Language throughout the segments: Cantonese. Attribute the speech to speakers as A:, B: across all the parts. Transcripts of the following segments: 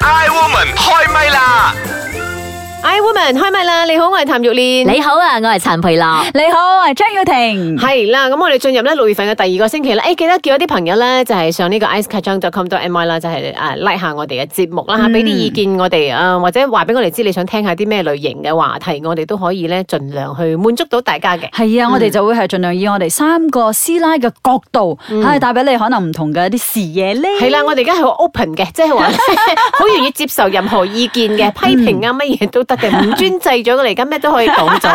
A: Iwoman 開唛啦！
B: I woman 開唛啦！你好，我係譚玉蓮。
C: 你好啊，我係陳培樂。
D: 你好，我係張耀廷。
B: 係啦，咁我哋進入咧六月份嘅第二個星期啦。誒、記得叫一啲朋友咧，就係、上呢個 icekacang.com.my 啦，就係誒 like 下我哋嘅節目啦嚇，俾啲、意見我哋啊、或者話俾我哋知你想聽下啲咩類型嘅話題，我哋都可以咧盡量去滿足到大家嘅。
D: 係啊，我哋就會係盡量以我哋三個師奶嘅角度，係帶俾你可能唔同嘅一啲視野咧。
B: 係啦，我哋而家係好 open 嘅，即係話好願意接受任何意見嘅，批評啊乜嘢都得嘅，唔專制咗嘅，而家咩都可以講咗。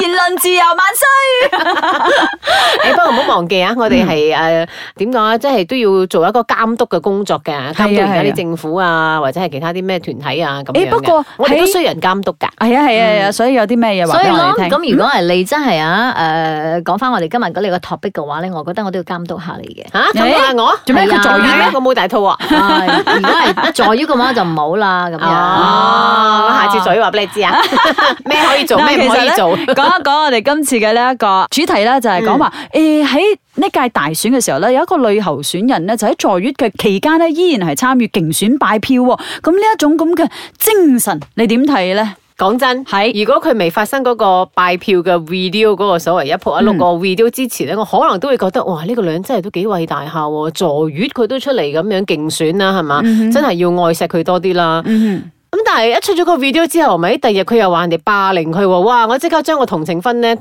D: 言論自由萬歲！
B: 誒，不過唔好忘記啊，我哋係誒點講啊，即係都要做一個監督嘅工作嘅，監督而家啲政府啊，或者係其他啲咩團體啊咁樣嘅
D: 誒不過
B: 我哋都
D: 喺
B: 需要人監督㗎。。
D: 係啊係啊係啊，所以有啲咩嘢話
C: 所以
D: 俾我
C: 咯，
D: 哋聽？
C: 咁如果係你真係啊，誒講翻我哋今日嗰你個 topic 嘅話咧，我覺得我都要監督下你嘅
B: 嚇，咁啊我
D: 做咩佢
C: 做
B: 點
C: 嘢
B: 解
C: 咩
B: 我冇大肚啊？
C: 唉 如果係在於嘅話就唔好啦，咁
B: 哦，我
C: 樣。
B: 下次再話俾你 知啊，咩可以做，咩唔可以做。
D: 講一講我哋今次嘅呢一個主題咧，就係講話誒喺呢屆大選嘅時候咧，有一個女候選人咧，就喺在月嘅期間咧，依然係參與競選拜票喎。咁呢一種咁嘅精神，你點睇咧？
B: 講真，
D: 係
B: 如果佢未發生嗰個拜票嘅 video 嗰個所謂一仆一
D: 嗯
B: 碌個 video 之前咧，我可能都會覺得哇，呢、個女人真係都幾偉大下喎，坐月佢都出嚟咁樣競選啦，係
D: 嗯
B: 嘛？真係要愛錫佢多啲啦。咁但係一出咗個 video 之後，咪第二日佢又話人哋霸凌佢喎，哇！我即刻將個同情分咧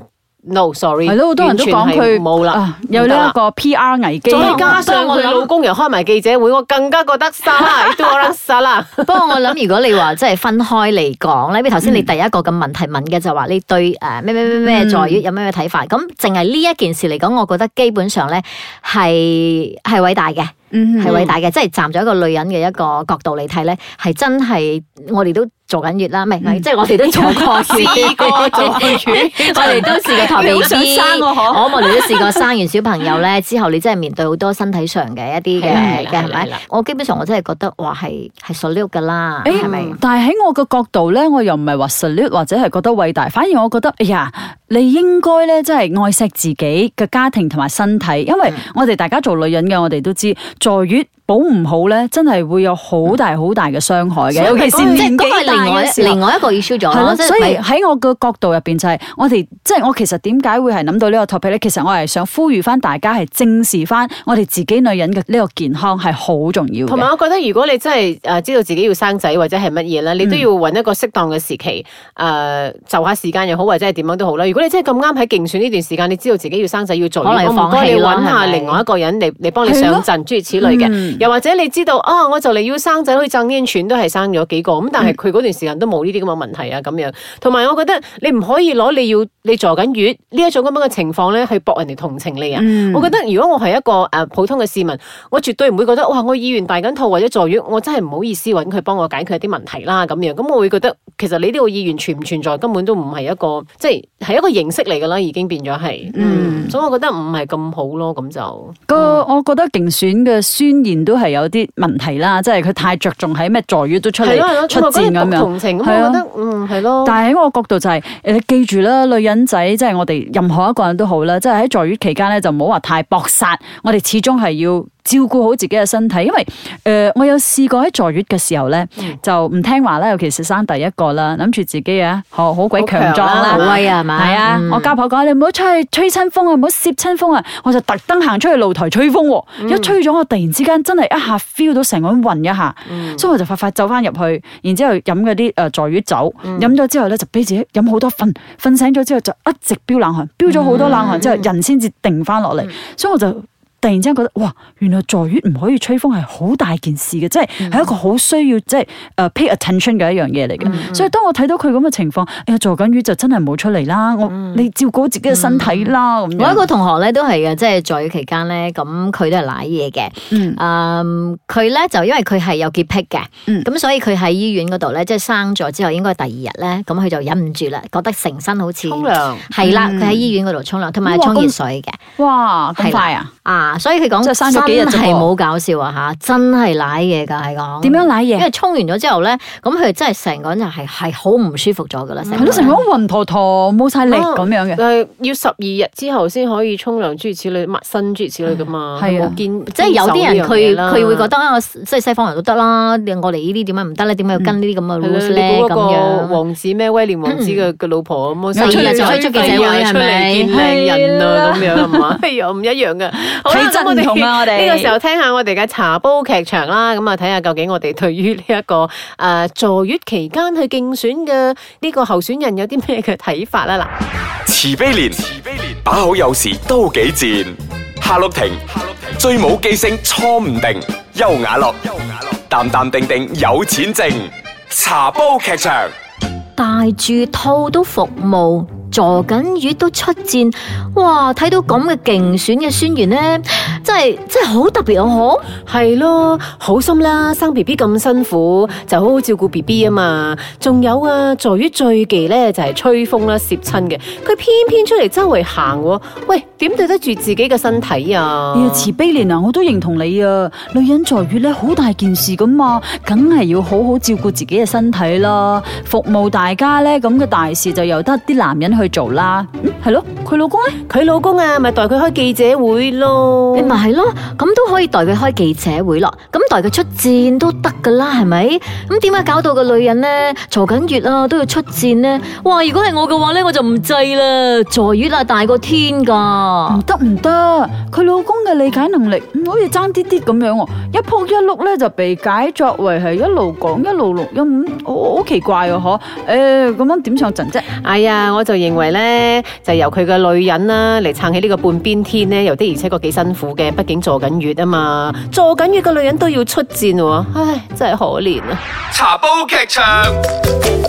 B: ，no，sorry，
D: 係咯，好多人都講
B: 完全係
D: 佢
B: 冇啦
D: 啊，有呢一
B: 個。
D: 個 P.R. 危機。
B: 再加上佢老公又開埋記者會，我更加覺得沙 啦，都可能沙啦。
C: 不過我諗，如果你話即係分開嚟講咧，譬如頭先你第一個嘅問題問嘅就話你對誒咩咩咩咩在於有咩咩睇法，咁淨係呢一件事嚟講，我覺得基本上咧係係偉大嘅。
D: 嗯
C: 係偉大嘅，即係站咗一個女人嘅一個角度嚟睇咧，係真係我哋都做緊月啦，唔係唔
D: 嗯
C: 係，即係我哋都做過月，
B: 試過做月
C: 我哋都試過托
D: 你
C: B
D: 好想
C: B，
D: 生我嗬
C: 我哋都試過生完小朋友咧之後，你真係面對好多身體上嘅一啲嘅
B: 係啦係啦
C: 嘅係
B: 係啦
C: 咪
B: 係啦？
C: 我基本上我真係覺得話係係 salute 噶啦，
D: 誒嗯
C: 係咪？
D: 但係喺我嘅角度咧，我又唔係話 salute 或者係覺得偉大，反而我覺得，哎呀，你應該咧，真係愛錫自己嘅家庭同埋身體，因為我哋大家做女人嘅，我哋都知，坐月保唔好咧，真係會有好大好大嘅傷害嘅，尤其是
C: 即係嗰
D: 年
C: 個
D: 紀
C: 係
D: 大
C: 另外
D: 嘅時候
C: 另。外一個 issue 咗
D: 係
C: 咯，
D: 咯，
C: 啊即係
D: 所
C: 咪
D: 以喺我嘅角度入邊就係我哋，即係我其實點解會係諗到呢個 topic 咧？其實我係想呼籲翻大家係正視翻我哋自己女人嘅呢個健康係好重要嘅。
B: 同埋我覺得，如果你真係誒知道自己要生仔或者係乜嘢
C: 嗯
B: 咧，你都要揾一個適當嘅時期誒、呃就下時間又好，或者係點樣都好啦。如果你真係咁啱喺競選呢段時間，你知道自己要生仔要做，
C: 可能要
B: 我唔該
C: 放棄
B: 你
C: 咯
B: 揾下
C: 係咪
B: 另外一個人嚟嚟幫你上陣，諸如此類嘅。
D: 嗯
B: 又或者你知道啊，我就嚟要生仔，好似鄭淵泉都係生咗幾個，咁但
C: 嗯
B: 係佢嗰段時間都冇呢啲咁嘅問題啊咁樣。同埋我覺得你唔可以攞你要你坐緊月呢一種咁樣嘅情況咧，去博人哋同情你啊。
D: 嗯
B: 我覺得如果我係一個誒、呃普通嘅市民，我絕對唔會覺得哇，我議員大緊肚或者坐月，我真係唔好意思揾佢幫我解決一啲問題啦咁樣。咁我會覺得其實你呢個議員存唔存在根本都唔係一個即係係一個形式嚟㗎啦，已經變咗係。嗯，所以我覺得唔係咁好咯，咁就。
D: 個我覺得競選嘅宣言都係有啲問題啦，即係佢太着重喺咩在於都出
B: 係咯係咯，
D: 嚟出
B: 同埋嗰
D: 戰
B: 啲
D: 咁
B: 讀
D: 樣。
B: 同情咁，
D: 係啊
B: 我覺得嗯係咯。
D: 但係喺我角度就係、誒你記住啦，女人仔即係我哋任何一個人都好啦，即係喺在月期間咧就唔好話太搏殺，我哋始終係要照顧好自己嘅身體，因為誒、呃我有試過喺在月嘅時候咧、就唔聽話啦，尤其是生第一個啦，諗住自己啊好好鬼強壯
B: 好強
D: 啦
B: 啦
C: 好。威啊，係嘛？
D: 係啊，
C: 嗯
D: 我家婆講你唔好出去吹親風啊，唔好攝親風啊，我就特登行出去露台吹風喎、
C: 嗯
D: 一吹咗我突然之間真係一下 feel 到成個人暈一下，
C: 嗯
D: 所以我就快快走翻入去，然之後飲嗰啲呃誒在月酒，
C: 嗯
D: 飲咗之後咧就俾自己飲好多瞓，瞓醒咗之後就一直飆冷汗，飆咗好多冷
C: 嗯
D: 汗之後人先至定翻落嚟，所以我就。突然之間覺得，哇！原來坐月唔可以吹風係好大件事嘅，即係係一
C: 嗯
D: 個好需要即係誒呃 pay attention 嘅一樣嘢嚟嘅。所以當我睇到佢咁嘅情況，哎呀，坐緊月就真係冇出嚟啦，我、你照顧自己嘅身體啦咁、樣。
C: 嗯我一個同學咧都係嘅，即係在期間咧，咁佢都係舐嘢嘅。
D: 嗯
C: 嗯，佢咧就因為佢係有潔癖嘅，咁、
D: 嗯
C: 所以佢喺醫院嗰度咧，即係生咗之後，應該第二日咧，咁佢就忍唔住啦，覺得成身好似
B: 沖涼
C: 係啦，佢喺醫院嗰度沖涼，同埋
D: 哇
C: 沖熱
D: 咁
C: 水嘅。
D: 哇咁
C: 係啦
D: 快啊！
C: 啊，嗱，所以佢講
D: 即係生咗幾日啫噃
C: 真係冇搞笑啊吓，真係舐嘢㗎係講。
D: 點樣舐
C: 因
D: 嘢？
C: 為沖完咗之後咧，咁佢真係成個人就係係好唔舒服咗㗎啦，成
D: 係
C: 個
D: 咯，成
C: 人
D: 個人暈陀陀，冇晒力
B: 哦
D: 咁樣嘅。
B: 但係要十二日之後先可以沖涼，諸如此類，抹身諸如此類噶嘛，
D: 係啊
B: 冇見
C: 即係有啲人佢佢會覺
B: 得
C: 得啊，我即係西方人都得啦，我哋呢啲點解唔得咧？點解要跟呢啲咁嘅
B: 係啦，
C: rules
B: 你
C: 咧？
B: 估
C: 咁
B: 嗰個
C: 樣
B: 王子咩威廉王子嘅嘅老婆咁，我
C: 第二
D: 日就可以
C: 出記者會係咪
B: 出嚟見靚人啊咁樣係嘛？ 係啊，唔一樣嘅，好啦
D: 體質
B: 咁我哋
D: 唔同啊我哋
B: 呢個時候聽下我哋嘅茶煲劇場啦，咁啊睇下究竟我哋對於呢一個誒坐月期間去競選嘅呢個候選人有啲咩嘅睇法啦嗱。
A: 慈悲蓮，慈悲蓮，把口有時都幾賤。夏綠庭，夏綠庭，最冇記性錯唔定。優雅樂，優雅樂，淡淡定定有錢剩。茶煲劇場，
C: 大住肚都服務，坐緊月都出戰，哇！睇到咁嘅競選嘅宣言咧，真係真係好特別啊！
B: 哦
C: 嗬，
B: 係咯，好心啦，生 B B 咁辛苦，就好好照顧 B B 啊嘛。仲有啊，在於最忌咧就係吹風啦、攝親嘅，佢偏偏出嚟周圍行喎，喂，點對得住自己嘅身體啊？
D: 哎呀，慈悲蓮啊，我都認同你啊！女人在月咧好大件事噶嘛，梗係要好好照顧自己嘅身體啦，服務大家咧咁嘅大事就由得啲男人去做啦。嗯，係咯，佢老公咧，
B: 佢老公啊，咪代佢開記者會咯
C: 你。咪係咯，咁都可以代佢開記者會咯，咁代佢出戰都得噶啦，係咪？咁點解搞到個女人咧坐緊月啊都要出戰咧？哇！如果係我嘅話咧，我就唔制啦，坐月啊大過天㗎。
B: 嗯
D: 唔得唔得，佢老公嘅理解能力嗯好似爭啲啲咁樣喎，一仆一碌咧就被解作為係一路講一路錄音，嗯好好奇怪啊！嗬，誒咁樣點上陣啫？
B: 哎呀，我就認為咧，就由佢嘅女人啦嚟撐起呢個半邊天咧，又的而且確幾辛苦嘅，畢竟坐緊月啊嘛，坐緊月嘅女人都要出戰喎，唉，真係可憐啊！
A: 茶煲劇場。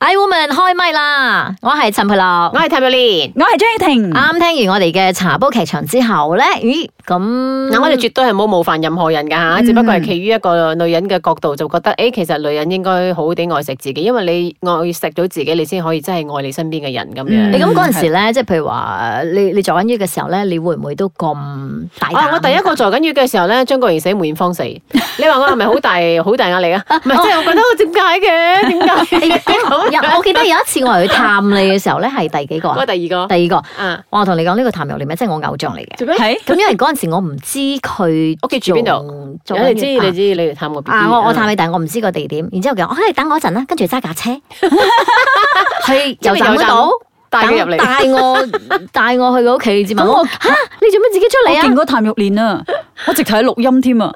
C: I woman 開咪啦！我係陳佩樂
B: 我。係譚玉蓮。
D: 我係張雨婷。
C: 啱聽完我哋嘅茶煲劇場之後咧，咦咁
B: 嗱，我哋絕對係冇冒犯任何人㗎吓，
C: 嗯
B: 只不過係企於一個女人嘅角度，就覺得誒、欸其實女人應該好好地愛惜自己，因為你愛惜到自己，你先可以真係愛你身邊嘅人咁樣。
D: 嗯
C: 你咁嗰陣時咧，即係譬如話呃你你做緊呢嘅時候咧，你會唔會都咁大膽
B: 啊！我第一個坐緊月嘅時候咧，張國榮寫梅艷 芳死，你話我係咪好大好大壓力啊？唔
C: 哦
B: 係，即係我覺得我點解嘅？ 點解？
C: 你有我記得有一次我係去探你嘅時候咧，係第幾個
B: 嗰
C: 啊？
B: 第二個
C: 第二個，
B: 啊，
C: 哇我同你講呢個譚玉蓮咧，真係我偶像嚟 嘅。
B: 做咩？
D: 係。
C: 咁因為嗰陣時我唔知佢
B: 屋企住邊
C: 度，做緊
B: 你知
C: 月
B: 你知嗯你嚟探我 B B
C: 啊！我我探你，但係我唔知個地點。然之後佢話：，哎，你等我一陣啦，跟住揸 架車去油站嗰度。
B: 帶佢入嚟。
C: 帶我 帶我去佢屋企知嘛？
D: 咁我
C: 我吓你做咩自己出
D: 我見
C: 嚟啊？
D: 過譚玉蓮啊，我直頭喺錄音添啊，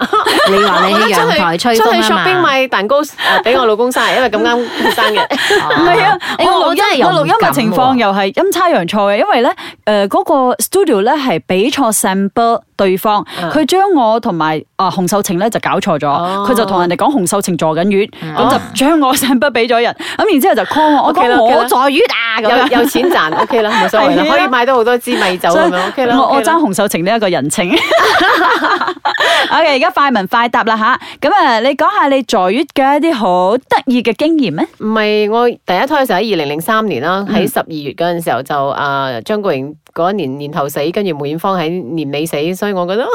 C: 你話你
B: 我
C: 喺
B: 覺得
C: 陽台
B: 出
C: 吹
B: 去出去
C: 風啊
B: shopping
C: 嘛？
B: 買蛋糕誒俾我老公生日，因為咁啱佢生日。
C: 唔
D: 係 啊，
C: 我
D: 我錄
C: 我真係
D: 音
C: 又
D: 我錄音
C: 唔敢
D: 嘅情況
C: 喎
D: 又係陰差陽錯嘅，因為咧誒嗰個 studio 咧係俾錯 sample 對方，
B: 嗯
D: 佢將我同埋啊洪秀晴咧就搞錯咗，
B: 哦
D: 佢就同人哋講洪秀晴坐緊月，咁
B: 哦
D: 就將我 sample 俾咗人，咁然之後就 call 我，我
B: OK 啦
D: 講
B: OK 啦
D: 我坐月啊咁樣。
B: 有有錢賺 OK 啦，冇所謂啦，
D: 係啊
B: 可以買到好多支米酒
D: 所
B: 咁
D: 以
B: 樣 OK 啦。
D: 我我
B: OK 啦
D: 爭洪秀晴呢一個人情。OK，而家快問快答啦吓，咁啊，你講下你坐月嘅一啲好得意嘅經驗咩？
B: 唔係我第一胎嘅時候喺二零零三年
C: 嗯
B: 啦，喺十二月嗰陣時候就啊張國榮嗰一年年頭死，跟住梅艷芳喺年尾死，所以我覺得 好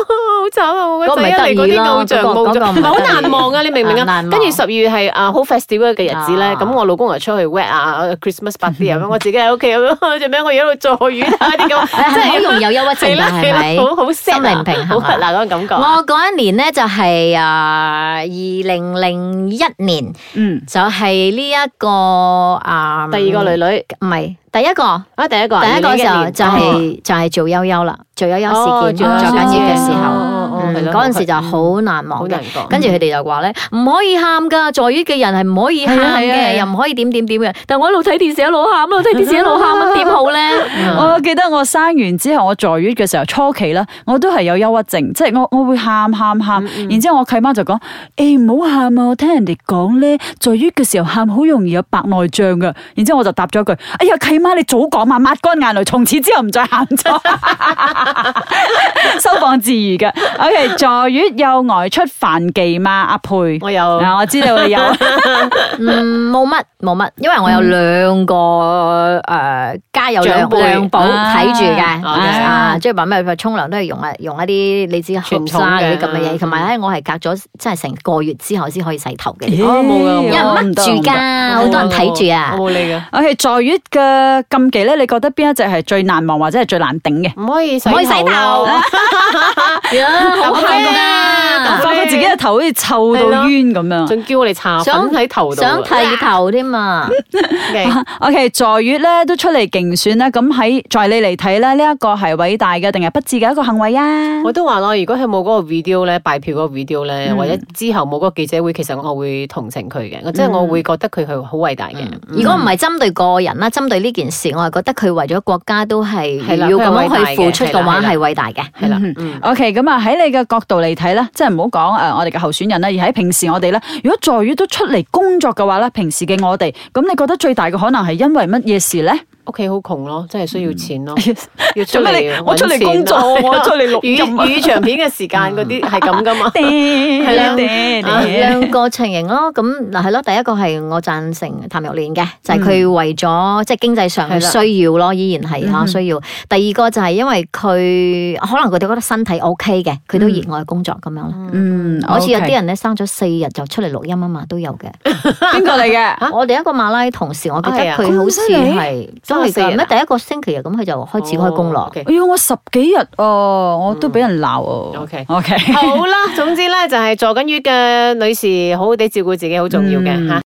B: 慘啊！我個仔一嚟嗰啲偶像
C: 嗰個唔
B: 冇
C: 係得意咯嗰個嗰個
B: 咗，
C: 唔
B: 唔
C: 係
B: 係好
C: 得意
B: 難忘啊！你明唔明
C: 啊
B: 啊？
C: 難忘
B: 跟住十二月係啊好 festival 嘅日子咧，
C: 啊
B: 咁我老公又出去 wet 啊 Christmas party 咁樣，我自己喺屋企咁樣， 做咩我而家喺度坐月啊啲咁，
C: 誒係好容易有憂鬱 症
B: 係啦
C: 㗎係
B: 係
C: 咪
B: 啦好好 sad 啊
C: 心理唔平衡啊
B: 好核突啊嗰種感覺啊。
C: 我嗰一年咧就係啊二零零一年，
D: 嗯。
C: 就係呢一個啊
B: 第二個女女
C: 唔係第一個。
B: 啊，第一個啊
C: 第一個時候
B: 2001
C: 就
B: 年哦
C: 係就係做悠悠啦，做悠悠事件
D: 哦
C: 做
D: 做
C: 緊
D: 緊
C: 嘢嘅時候，
B: 哦哦哦
C: 嗯
B: 係咯
C: 嗰陣時就好難忘
B: 好
C: 嘅
B: 難講。
C: 跟住佢哋就話咧，唔可以喊噶，在於嘅人係唔可以喊
D: 係啊係啊
C: 嘅，
D: 係啊
C: 又唔可以點點點嘅。但我一路睇電視一路喊，一路睇電視一路喊，咁點好 咧？
B: 嗯
D: 我記得我生完之後，我坐月嘅時候初期啦，我都係有憂鬱症，即係我我會喊喊
B: 嗯
D: 喊，然之後我契媽就講：誒唔好喊啊！我聽人哋講咧，坐月嘅時候喊好容易有白內障噶。然之後我就答咗一句：哎呀，契媽你早講嘛，抹乾眼淚，從此之後唔再喊咗，收放自如嘅。OK，係坐月又外出犯忌嘛？阿佩，
B: 我有
D: 嗱，我知道 你有，
C: 嗯，冇乜冇乜，因為我有兩個诶家有兩
B: 長輩
C: 兩寶
D: 啊
C: 睇住嘅
B: OK
C: 啊，即係話咩？佢沖涼都係用啊用一啲你知
B: 傳
C: 後
B: 統
C: 生嗰
B: 嘅
C: 啲咁嘅
B: 嗯
C: 嘢，同埋咧我係隔咗真係成個月之後先可以洗頭嘅，
B: 我冇㗎
C: 有
B: 我冇
C: 人掹住㗎，嗯好多人睇住啊。
B: 我冇理噶，
D: O K，坐月嘅禁忌咧，你覺得邊一隻係最難忘或者係最難頂嘅？
B: 唔可以洗
C: 唔可以洗
B: 頭啊
C: 頭
B: 咯，
C: 好痕啊！
D: 我發覺自己嘅頭好似臭
B: 係
D: 到
B: 咯
D: 冤咁樣。
B: 仲叫我哋搽粉喺頭度啊，
C: 想 剃頭添啊！
B: OK，
D: O K，在月咧都出嚟競選啦，咁喺在你嚟睇咧，呢一個係偉大嘅定係不智嘅一個行為啊？
B: 我都話咯，如果佢冇嗰個 video 咧，拜票嗰個 video 咧，或者之後冇嗰個記者會，其實我會同情佢嘅，即係我會覺得佢係好偉大嘅。
C: 如果唔係針對個人啦，針對呢件事，我係覺得佢為咗國家都係
B: 係啦
C: 要咁樣去付出嘅話，
B: 佢係
C: 係偉大嘅。
B: 係啦，嗯
D: O K，咁啊喺你嘅角度嚟睇咧，即係唔好講诶我哋嘅候選人啦，而喺平時我哋咧，如果在於都出嚟工作嘅話咧，平時嘅我哋，咁你覺得最大嘅可能係因為乜嘢事咧？
B: 屋企好窮咯，真係需要錢咯，要出
D: 做咩你
B: 嚟
D: 我出嚟 工作
B: 搵錢咯
D: 我出嚟錄音啊
B: 語語長片嘅時間嗰啲係咁噶嘛。
D: 係
C: 啦
D: 啦，
C: 啊兩個情形咯，咁嗱係咯，第一個係我贊成譚玉蓮嘅，就係佢為咗即係經濟上嘅
B: 嗯係啦嗯
C: 需要咯，依然係嚇需要。第二個就係因為佢可能佢哋覺得身體 O K 嘅，
B: 嗯
C: 佢都熱愛工作咁樣咯。
D: 嗯，
C: 好似有
D: OK
C: 啲人咧生咗四日就出嚟錄音啊嘛，都有嘅。
D: 邊個嚟嘅？
C: 我哋一個馬拉同事，我記得
B: 啊哎呀
C: 佢好似係
B: 咁犀利
C: 真係㗎，
B: 真係啊
C: 咩第一個星期日啊咁佢就開始開工咯。
B: 哦 OK
D: 哎呀，我十幾日哦，我都俾人鬧哦。
B: OK
D: OK。
B: 好啦，總之咧就係坐緊月嘅女士，好好地照顧自己，好重要嘅
D: 嗯
B: 嚇。